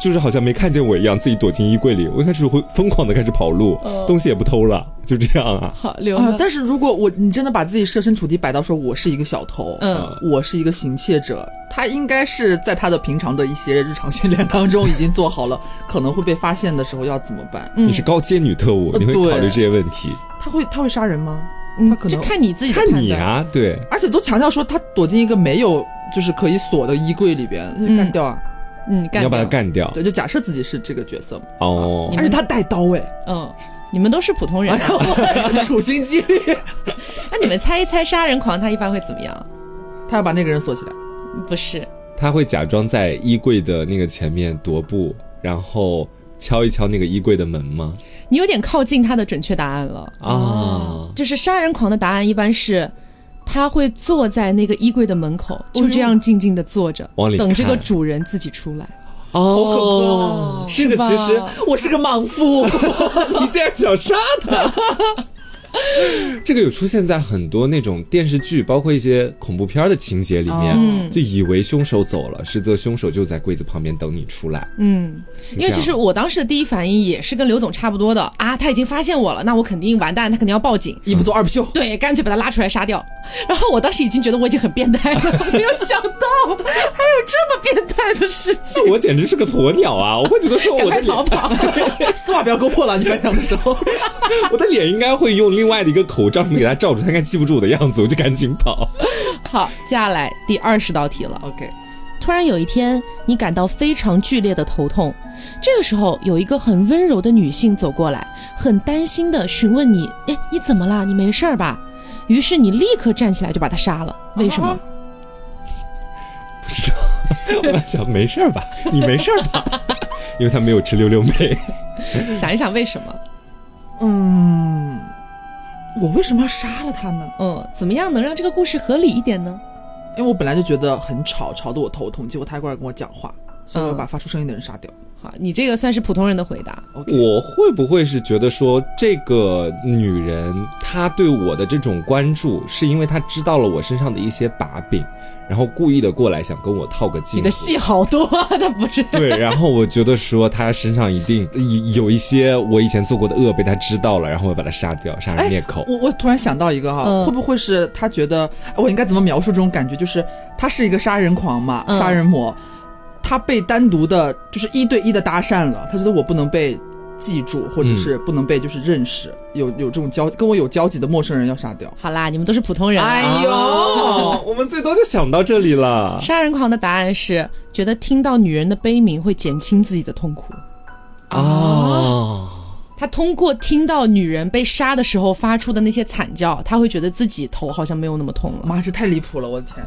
就是好像没看见我一样，自己躲进衣柜里。我一开始会疯狂的开始跑路，哦东西也不偷了，就这样啊。好，刘啊！但是如果我你真的把自己设身处地摆到说我是一个小偷，嗯，我是一个行窃者，他应该是在他的平常的一些日常训练当中已经做好了，可能会被发现的时候要怎么办？嗯你是高阶女特务，呃你会对考虑这些问题。他会他会杀人吗？嗯他可就能看你自己的看判你断。啊，对，而且都强调说他躲进一个没有就是可以锁的衣柜里边，那就干掉啊！嗯，你干要把他掉干掉对，就假设自己是这个角色嘛，哦你。而且他带刀 哎，嗯，你们都是普通人、啊，处心积 虑，那你们猜一猜杀人狂他一般会怎么样？他要把那个人锁起来。不是，他会假装在衣柜的那个前面踱步，然后敲一敲那个衣柜的门吗？你有点靠近他的准确答案了。啊，就是杀人狂的答案一般是，他会坐在那个衣柜的门口，就这样静静的坐着哎往里，等这个看主人自己出来。好可怕哦，这个其是实吧我是个莽 夫，你竟然想杀他！这个有出现在很多那种电视剧，包括一些恐怖片儿的情节里面，哦就以为凶手走了，实则凶手就在柜子旁边等你出来。嗯，因为这其实样我当时的第一反应也是跟刘总差不多的啊，他已经发现我了，那我肯定完蛋，他肯定要报警。一不做二不休。对，干脆把他拉出来杀掉。 然后我当时已经觉得我已经很变态了，没有想到还有这么变态的事情，这我简直是个鸵鸟啊！我会觉得说赶我的快脸逃，跑！ 丝袜不要勾破了，你翻墙的时候。我的脸应该会用另外的一个口罩什么给它罩住，它应该记不住我的样子，我就赶紧跑。好，接下来第二十道题了。 OK，突然有一天，你感到非常剧烈的头痛。这个时候，有一个很温柔的女性走过来，很担心的询问你：“哎，你怎么啦？你没事儿吧？”于是你立刻站起来就把她杀了。为什么？啊我在想，没事儿吧？你没事儿吧？因为他没有吃溜溜梅，想一想为什么？ 嗯，我为什么要杀了他呢？嗯，怎么样能让这个故事合理一点呢？因为我本来就觉得很吵，吵得我头痛，结果他过来跟我讲话，所以我嗯要把发出声音的人杀掉。好，你这个算是普通人的回答。 OK，我会不会是觉得说这个女人她对我的这种关注，是因为她知道了我身上的一些把柄，然后故意的过来想跟我套个近你乎？的戏好多 啊，但不是。 对，然后我觉得说她身上一定有有一些我以前做过的恶被她知道了，然后我把她杀掉，杀人灭口。我我突然想到一个哈，嗯会不会是他觉得我应该怎么描述这种感觉？就是他是一个杀人狂嘛，嗯杀人魔，他被单独的，就是一对一的搭讪了，他觉得我不能被记住，或者是不能被就是认识，有有这种交跟我有交集的陌生人要杀掉。好啦，你们都是普通人啊。哎呦哦，我们最多就想到这 里了。杀人狂的答案是觉得听到女人的悲鸣会减轻自己的痛苦。啊哦，他通过听到女人被杀的时候发出的那些惨叫，他会觉得自己头好像没有那么痛了。妈，这太离谱了，我的天！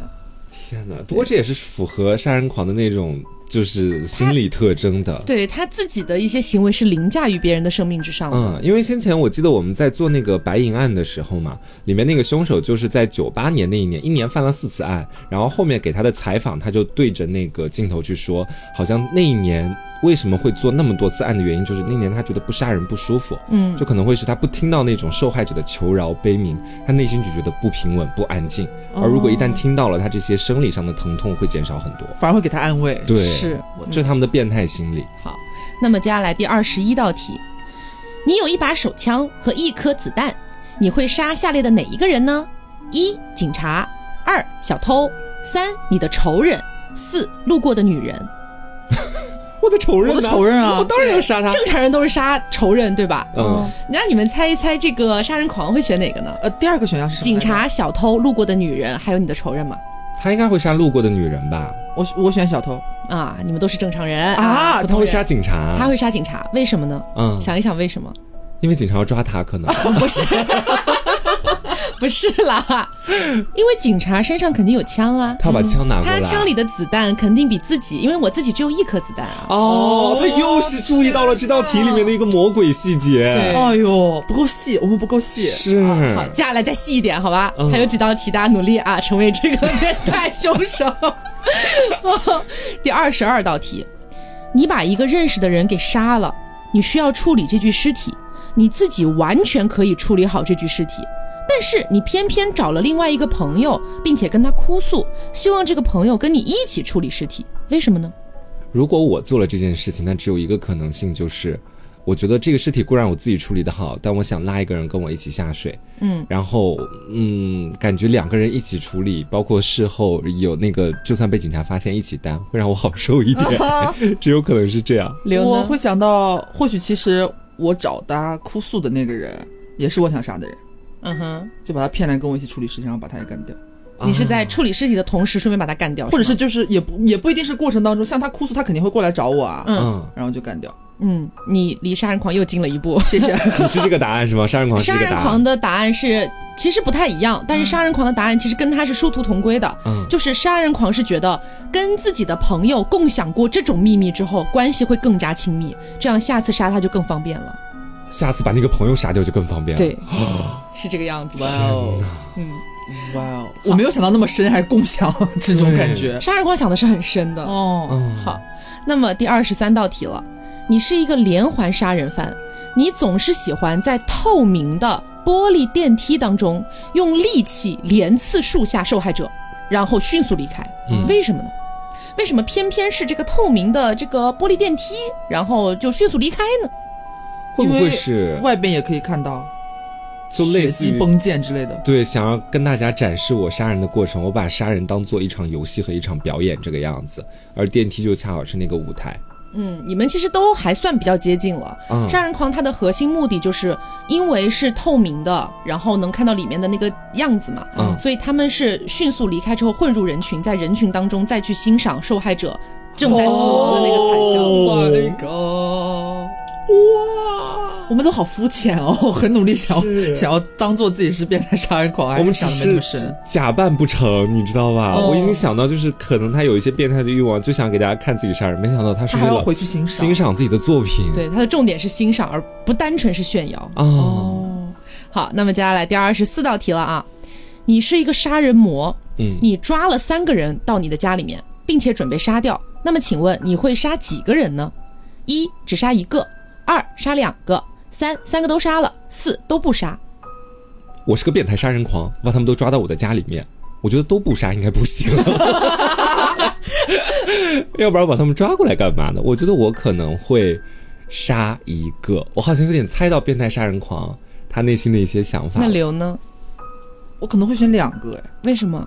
天哪！不过这也是符合杀人狂的那种就是心理特征的。对他自己的一些行为是凌驾于别人的生命之上的。嗯，因为先前我记得我们在做那个白银案的时候嘛，里面那个凶手就是在九八年那一年，一年犯了四次案，然后后面给他的采访，他就对着那个镜头去说，好像那一年为什么会做那么多次案的原因，就是那年他觉得不杀人不舒服，嗯就可能会是他不听到那种受害者的求饶悲鸣，他内心就觉得不平稳不安静，哦而如果一旦听到了，他这些生理上的疼痛会减少很多。反而会给他安慰。对，是。这是他们的变态心理。好，那么接下来第二十一道题，你有一把手枪和一颗子弹，你会杀下列的哪一个人呢？一、警察；二、小偷；三、你的仇人；四、路过的女人。我的仇人呢，我的仇人啊我当然要杀他。正常人都是杀仇人，对吧？嗯，那你们猜一猜，这个杀人狂会选哪个呢？呃，第二个选项是什么？警，察、小偷、路过的女人，还有你的仇人嘛？他应该会杀路过的女人吧？我我选小偷。啊，你们都是正常人啊普他通会人杀，警察，呃他会杀警察，为什么呢？嗯，想一想为什么？ 因为警察要抓他，可能不是，不是啦，因为警察身上肯定有枪啊，他把枪拿过他来。枪里的子弹肯定比自己，因为我自己只有一颗子弹啊。哦，他又是注意到了这道题里面的一个魔鬼细节，对哎呦，不够细，我们不够细。是啊好，接下来再细一点，好吧？嗯还有几道题，大家努力啊， 成为这个变态凶手。 第二十二道题，你把一个认识的人给杀了，你需要处理这具尸体，你自己完全可以处理好这具尸体。但是你偏偏找了另外一个朋友，并且跟他哭诉，希望这个朋友跟你一起处理尸体，为什么呢？如果我做了这件事情，那只有一个可能性，就是我觉得这个尸体固然我自己处理的好，但我想拉一个人跟我一起下水。嗯，然后嗯，感觉两个人一起处理，包括事后有那个，就算被警察发现一起担，会让我好 受一点。只有可能是这样。刘我呢？会想到，或许其实我找他哭诉的那个人，也是我想杀的人，嗯哼，就把他骗来跟我一起处理事情，然后把他也干掉。你是在处理尸体的同时顺便把他干掉，或者是是吗就是也不也不一定是过程当中，像他哭诉，他肯定会过来找我啊，嗯嗯，然后就干掉。嗯，你离杀人狂又近了一步。谢谢。嗯你是这个答案是吗？杀人狂哦是杀这个人答案狂。的答案是其实不太一样，但是杀人狂的答案其实跟他是殊途同归的。嗯就是杀人狂是觉得跟自己的朋友共享过这种秘密之后，关系会更加亲密，这样下次杀他就更方便了。下次把那个朋友杀掉就更方便了。， 对，是这个样子。哇哦，嗯，哇哦，我没有想到那么深，还共享 这种感觉。杀人狂想的是很深的。哦，嗯，好，那么第二十三道题了，你是一个连环杀人犯，你总是喜欢在透明的玻璃电梯当中用利器连刺数下受害者，然后迅速离开，嗯为什么呢？为什么偏偏是这个透明的这个玻璃电梯，然后就迅速离开呢？会不会是外边也可以看到，就类似血迹于崩溅之类的。对，想要跟大家展示我杀人的过程，我把杀人当做一场游戏和一场表演这个样子，而电梯就恰好是那个舞台。嗯，你们其实都还算比较接近了。嗯，杀人狂它的核心目的就是因为是透明的，然后能看到里面的那个样子嘛，嗯所以他们是迅速离开之后混入人群，在人群当中再去欣赏受害者正在死亡 Oh 的那个惨象。哦我的个！哇，Oh 我们都好肤浅哦， 很努力想要想要当做自己是变态杀人狂，还我们是只想的没那是么深。假扮不成，你知道吧？哦我已经想到，就是可能他有一些变态的欲望，就想给大家看自己杀人，没想到他是他为还要了回去欣赏。欣赏自己的作品。对，它的重点是欣赏，而不单纯是炫耀。啊，哦，好，那么接下来第二十四道题了啊，你是一个杀人魔，嗯，你抓了三个人到你的家里面，并且准备杀掉。那么请问你会杀几个人呢？一只杀一个，二杀两个，三三个都杀了，四都不杀。我是个变态杀人狂，把他们都抓到我的家里面，我觉得都不杀应该不 行。要不然我把他们抓过来干嘛呢？我觉得我可能会杀一个，我好像有点猜到变态杀人狂他内心的一些想法那了。刘呢？我可能会选两个，哎。为什么？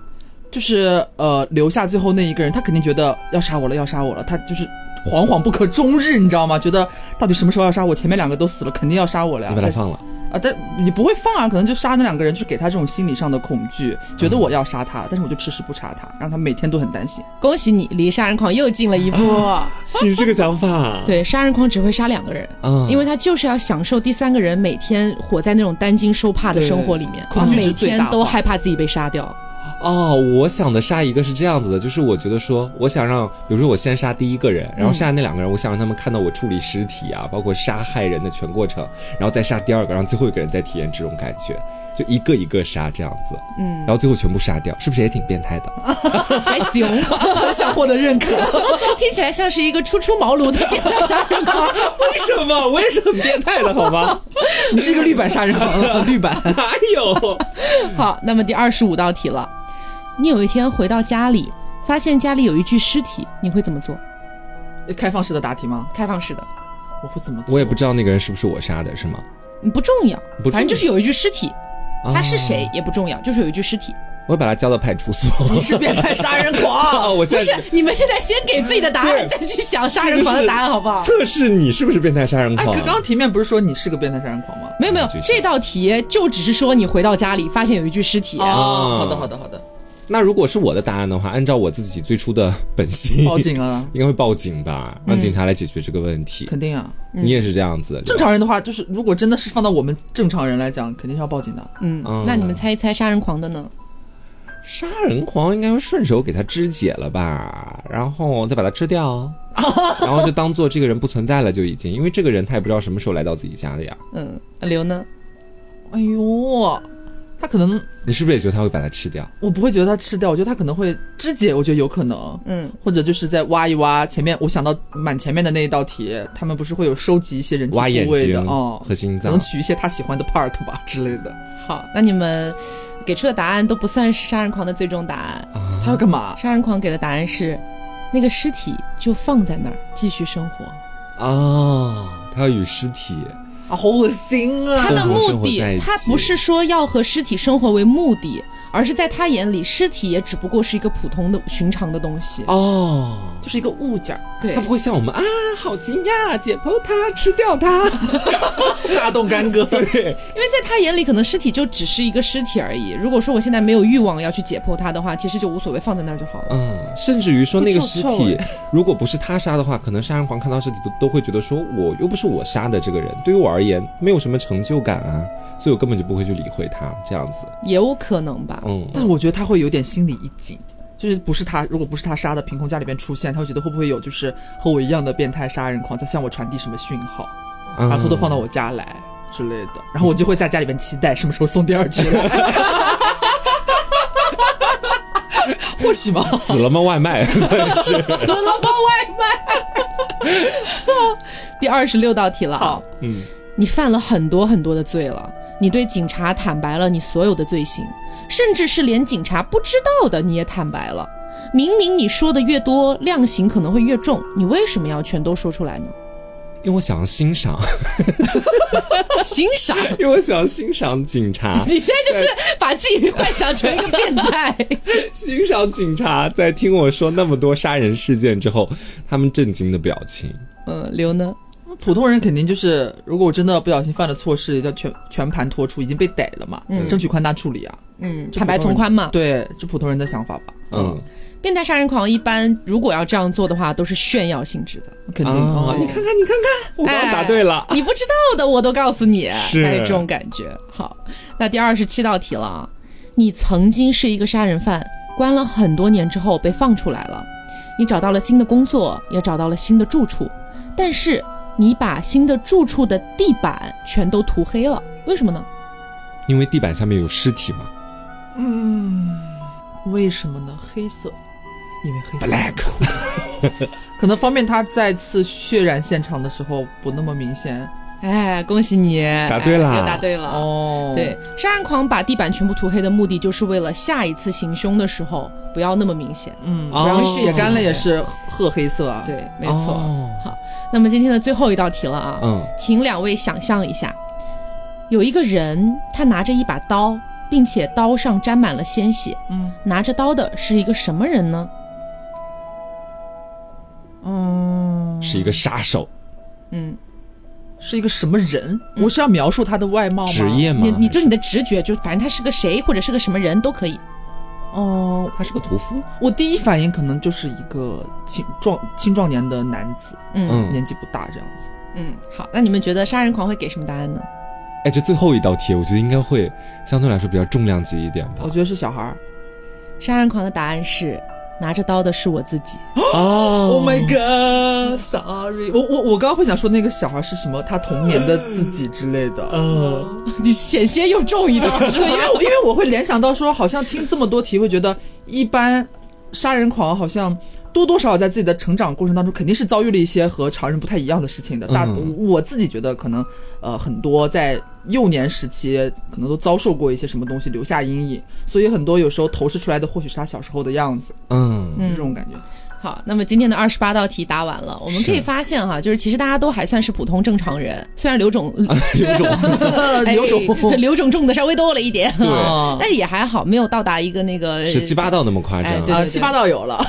就是呃，留下最后那一个人，他肯定觉得要杀我了，要杀我了，他就是惶惶不可终日，你知道吗？觉得到底什么时候要杀我？前面两个都死了，肯定要杀我了呀你把！他放了，啊，但你不会放啊，可能就杀那两个人，就是给他这种心理上的恐惧，觉得我要杀他，但是我就迟迟不杀他，让他每天都很担心。 恭喜你离杀人狂又近了一步。 你这个想法，对，杀人狂只会杀两个人，啊，因为他就是要享受第三个人每天活在那种担惊受怕的生活里面，对恐惧值每最天大化都害怕自己被杀掉。哦，我想的杀一个是这样子的，就是我觉得说，我想让，比如说我先杀第一个人，嗯然后杀那两个人，我想让他们看到我处理尸体啊，包括杀害人的全过程，然后再杀第二个，让最后一个人再体验这种感觉，就一个一个杀这样子，嗯，然后最后全部杀掉，是不是也挺变态 的？还行， 很想获得认可，听起来像是一个初出茅庐的变态杀人狂。 哎为什么？我也是很变态的，好吗？你是一个绿版杀人狂， 绿版。哪有？好，那么第二十五道题了，你有一天回到家里，发现家里有一具尸体，你会怎么做？开放式的答题吗？开放式的，我会怎么做？我也不知道那个人是不是我杀的，是吗？嗯不重要，不重要反正就是有一具尸体，啊他是谁也不重要，就是有一具尸体。我会把他交到派出 所。你是变态杀人 狂，啊，不我现是在，你们现在先给自己的答案，对再去想杀人狂的答案，好不好？测试你是不是变态杀人哎，狂可？刚刚题面不是说你是个变态杀人狂吗？没有没有继续，这道题就只是说你回到家里发现有一具尸体， 哦，好的好的好的，那如果是我的答案的话，按照我自己最初的本性，报警啊，应该会报警吧，嗯让警察来解决这个问题。肯定啊。你也是这样子，正常人的话，就是如果真的是放到我们正常人来讲，肯定是要报警的。嗯哦，那你们猜一猜杀人狂的呢？杀人狂应该会顺手给他肢解了吧，然后再把他吃掉，啊 然后就当做这个人不存在了，就已经，因为这个人他也不知道什么时候来到自己家的呀。嗯，刘呢？哎呦，他可能你是不是也觉得他会把他吃掉？我不会觉得他吃掉，我觉得他可能会肢解，我觉得有可能，嗯，或者就是在挖一挖前面。我想到满前面的那一道题，他们不是会有收集一些人体挖眼部位的睛哦，和心可脏能，取一些他喜欢的 part 吧之类的。好，那你们给出的答案都不算是杀人狂的最终答案。他要干嘛？杀人狂给的答案是，那个尸体就放在那儿继续生活。哦，他要与尸体，啊，好恶心啊！他的生活目生活在的一，他起不是说要和尸体生活为目的，而是在他眼里，尸体也只不过是一个普通的、寻常的东西。哦，就是一个物件儿，对他不会像我们啊，好惊讶，解剖它，吃掉它。 大动干戈。 对，因为在他眼里，可能尸体就只是一个尸体而已。如果说我现在没有欲望要去解剖它的话，其实就无所谓，放在那儿就好了。嗯，甚至于说那个尸会臭体，如果不是他杀的话，可能杀人狂看到尸体都都会觉得说，我又不是我杀的这个人，对于我而言没有什么成就感啊，所以我根本就不会去理会他这样子。也有可能 吧。嗯，但是我觉得他会有点心里一紧，就是不是他，如果不是他杀的，凭空家里边出现，他会觉得会不会有就是和我一样的变态杀人狂在向我传递什么讯号，然然后偷偷放嗯到我家来之类的，然后我就会在家里边期待什么时候送第二只 来。或许吗？死了吗？外卖 第二十六道题了啊好，嗯，你犯了很多很多的罪了，你对警察坦白了你所有的罪行，甚至是连警察不知道的你也坦白了。明明你说的越多，量刑可能会越重，你为什么要全都说出来呢？因为我想要欣赏， 欣赏，因为我想要欣赏警察， 你现在就是把自己幻想成一个变态。欣赏警察在听我说那么多杀人事件之后，他们震惊的表情。嗯，刘呢？普通人肯定就是，如果我真的不小心犯了错事，要全全盘托出，已经被逮了嘛，争取宽大处理啊。嗯，坦白从宽嘛。对，这普通人的想法吧。嗯，变态杀人狂一般如果要这样做的话，都是炫耀性质的。肯定。啊哦，哎你看看，你看看，我刚刚答对了。 你不知道的我都告诉你，是大概这种感觉。好，那第二十七道题了啊，你曾经是一个杀人犯，关了很多年之后被放出来了，你找到了新的工作，也找到了新的住处，但是你把新的住处的地板全都涂黑了，为什么呢？因为地板下面有尸体嘛为什么呢？黑色，因为黑色可能方便他再次血染现场的时候不那么明显。哎，恭喜你答对啦哎又答对了。哦，对，，杀人狂把地板全部涂黑的目的，就是为了下一次行凶的时候不要那么明显。嗯，哦然后血干了也是褐黑色啊。对，没错。哦好，那么今天的最后一道题了啊，嗯，请两位想象一下，有一个人他拿着一把刀，并且刀上沾满了鲜血。嗯，拿着刀的是一个什么人呢？嗯，是一个杀手，嗯，是一个什么人？我是要描述他的外貌吗？职业吗？你你还对是你的直觉，就反正他是个谁或者是个什么人都可以。哦，他是个屠夫，我第一反应可能就是一个青壮青壮年的男子，嗯嗯，年纪不大这样子。嗯，好，那你们觉得杀人狂会给什么答案呢？哎，这最后一道题，我觉得应该会相对来说比较重量级一点吧我。觉得是小孩儿。杀人狂的答案是拿着刀的是我自己。哦 Oh my god，sorry，我我我刚刚会想说那个小孩是什么，他童年的自己之类的， 嗯，你险些又中一道，对，因为我因为我会联想到说，好像听这么多题，会觉得一般杀人狂好像。多多少少在自己的成长过程当中，肯定是遭遇了一些和常人不太一样的事情的。大、嗯我自己觉得，可能呃很多在幼年时期，可能都遭受过一些什么东西，留下阴影，所以很多有时候投射出来的，或许是他小时候的样子， 嗯，这种感觉。好，那么今天的二十八道题答完了，我们可以是发现哈，就是其实大家都还算是普通正常人，虽然刘 总有种刘总 哎 刘总中的稍微多了一点，对 啊但是也还好，没有到达一个那个十七八道那么夸哎张。对啊，七八道有 了，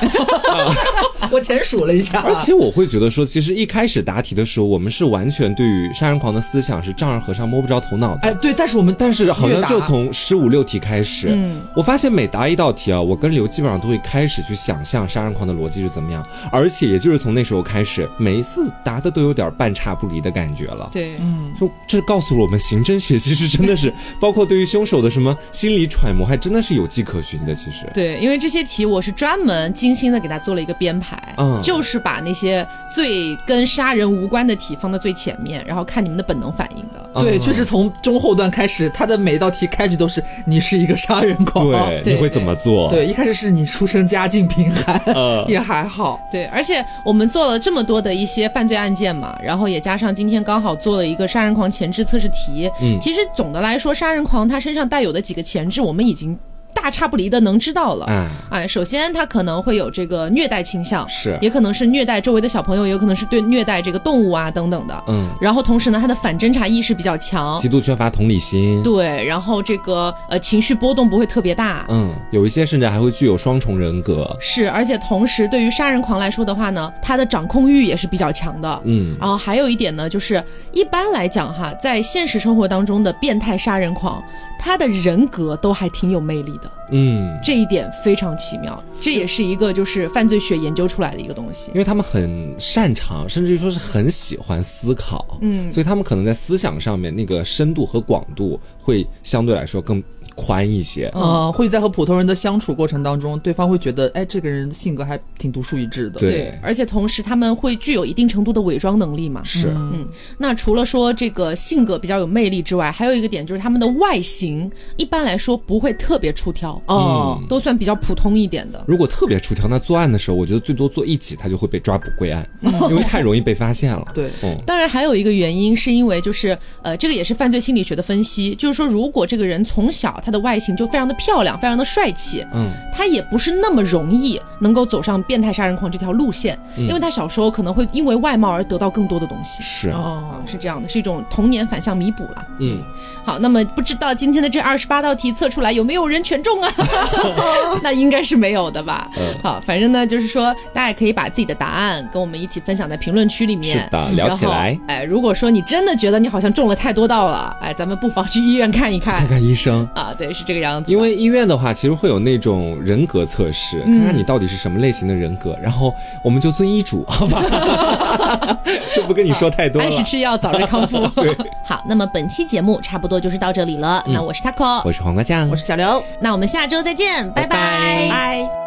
我前数了一下，而且我会觉得说，其实一开始答题的时候，我们是完全对于杀人狂的思想是丈二和尚摸不着头脑的。哎，对，但是我们但是好像越答就从十五六题开始，嗯我发现每答一道题啊，我跟刘基本上都会开始去想象杀人狂的逻辑是怎么样，而且也就是从那时候开始，每一次答的都有点半差不离的感觉了。对，嗯就这告诉了我们，刑侦学其实真的 是，包括对于凶手的什么心理揣摩，还真的是有迹可循的。其实，对，因为这些题我是专门精心的给他做了一个编排，嗯就是把那些最跟杀人无关的题放到最前面，然后看你们的本能反应的。对，嗯确实从中后段开始，他的每一道题开始都是你是一个杀人狂，对，对你会怎么做？哦对，一哦开始是你出身家境贫寒，呃，也还好，对，而且我们做了这么多的一些犯罪案件嘛，然后也加上今天刚好做了一个杀人狂前置测试题。嗯其实总的来说，杀人狂他身上带有的几个前置，我们已经大大差不离的能知道了。哎，哎，首先他可能会有这个虐待倾向，是，也可能是虐待周围的小朋友，也有可能是对虐待这个动物啊等等的。嗯，然后同时呢，他的反侦查意识比较哦强，极度缺乏同理心。对，然后这个呃情绪波动不会特别大，嗯，有一些甚至还会具有双重人格。是，而且同时对于杀人狂来说的话呢，他的掌控欲也是比较强的。嗯，然后还有一点呢，就是一般来讲哈，在现实生活当中的变态杀人狂，他的人格都还挺有魅力的，嗯，这一点非常奇妙，这也是一个就是犯罪学研究出来的一个东西因。为他们很擅长，甚至于说是很喜欢思考，嗯所以他们可能在思想上面那个深度和广度会相对来说更宽一些。嗯，会在和普通人的相处过程当中，对方会觉得，哎，这个人的性格还挺独树一帜的。对而且同时他们会具有一定程度的伪装能力嘛。是，嗯那除了说这个性格比较有魅力之外，还有一个点就是他们的外形一般来说不会特别出挑嗯哦，都算比较普通一点的。如果特别出挑，那作案的时候，我觉得最多做一起，他就会被抓捕归案，嗯因为太容易被发现了。对嗯，当然，还有一个原因是因为就是呃，这个也是犯罪心理学的分析，就是说如果这个人从小他的外形就非常的漂亮，非常的帅气，嗯，他也不是那么容易能够走上变态杀人狂这条路线，因为他小时候可能会因为外貌而得到更多的东西。是，哦，是这样的，是一种童年反向弥补了。嗯，好，那么不知道今天的这二十八道题测出来有没有人全中 啊？那应该是没有的吧。嗯好，反正呢，就是说大家也可以把自己的答案跟我们一起分享在评论区里面。是的聊起来然后。哎，如果说你真的觉得你好像中了太多道了，哎，咱们不妨去医院看一去看 看看医生。啊。对，是这个样子的。因为医院的话，其实会有那种人格测试，嗯看看你到底是什么类型的人格，然后我们就遵医嘱，好吧？ 就不跟你说太多 了按。时吃药，早日康 复。对，好，那么本期节目差不多就是嗯到这里了。那我是 Taco，我是黄瓜酱，我是小刘。那我们下周再见，拜拜拜拜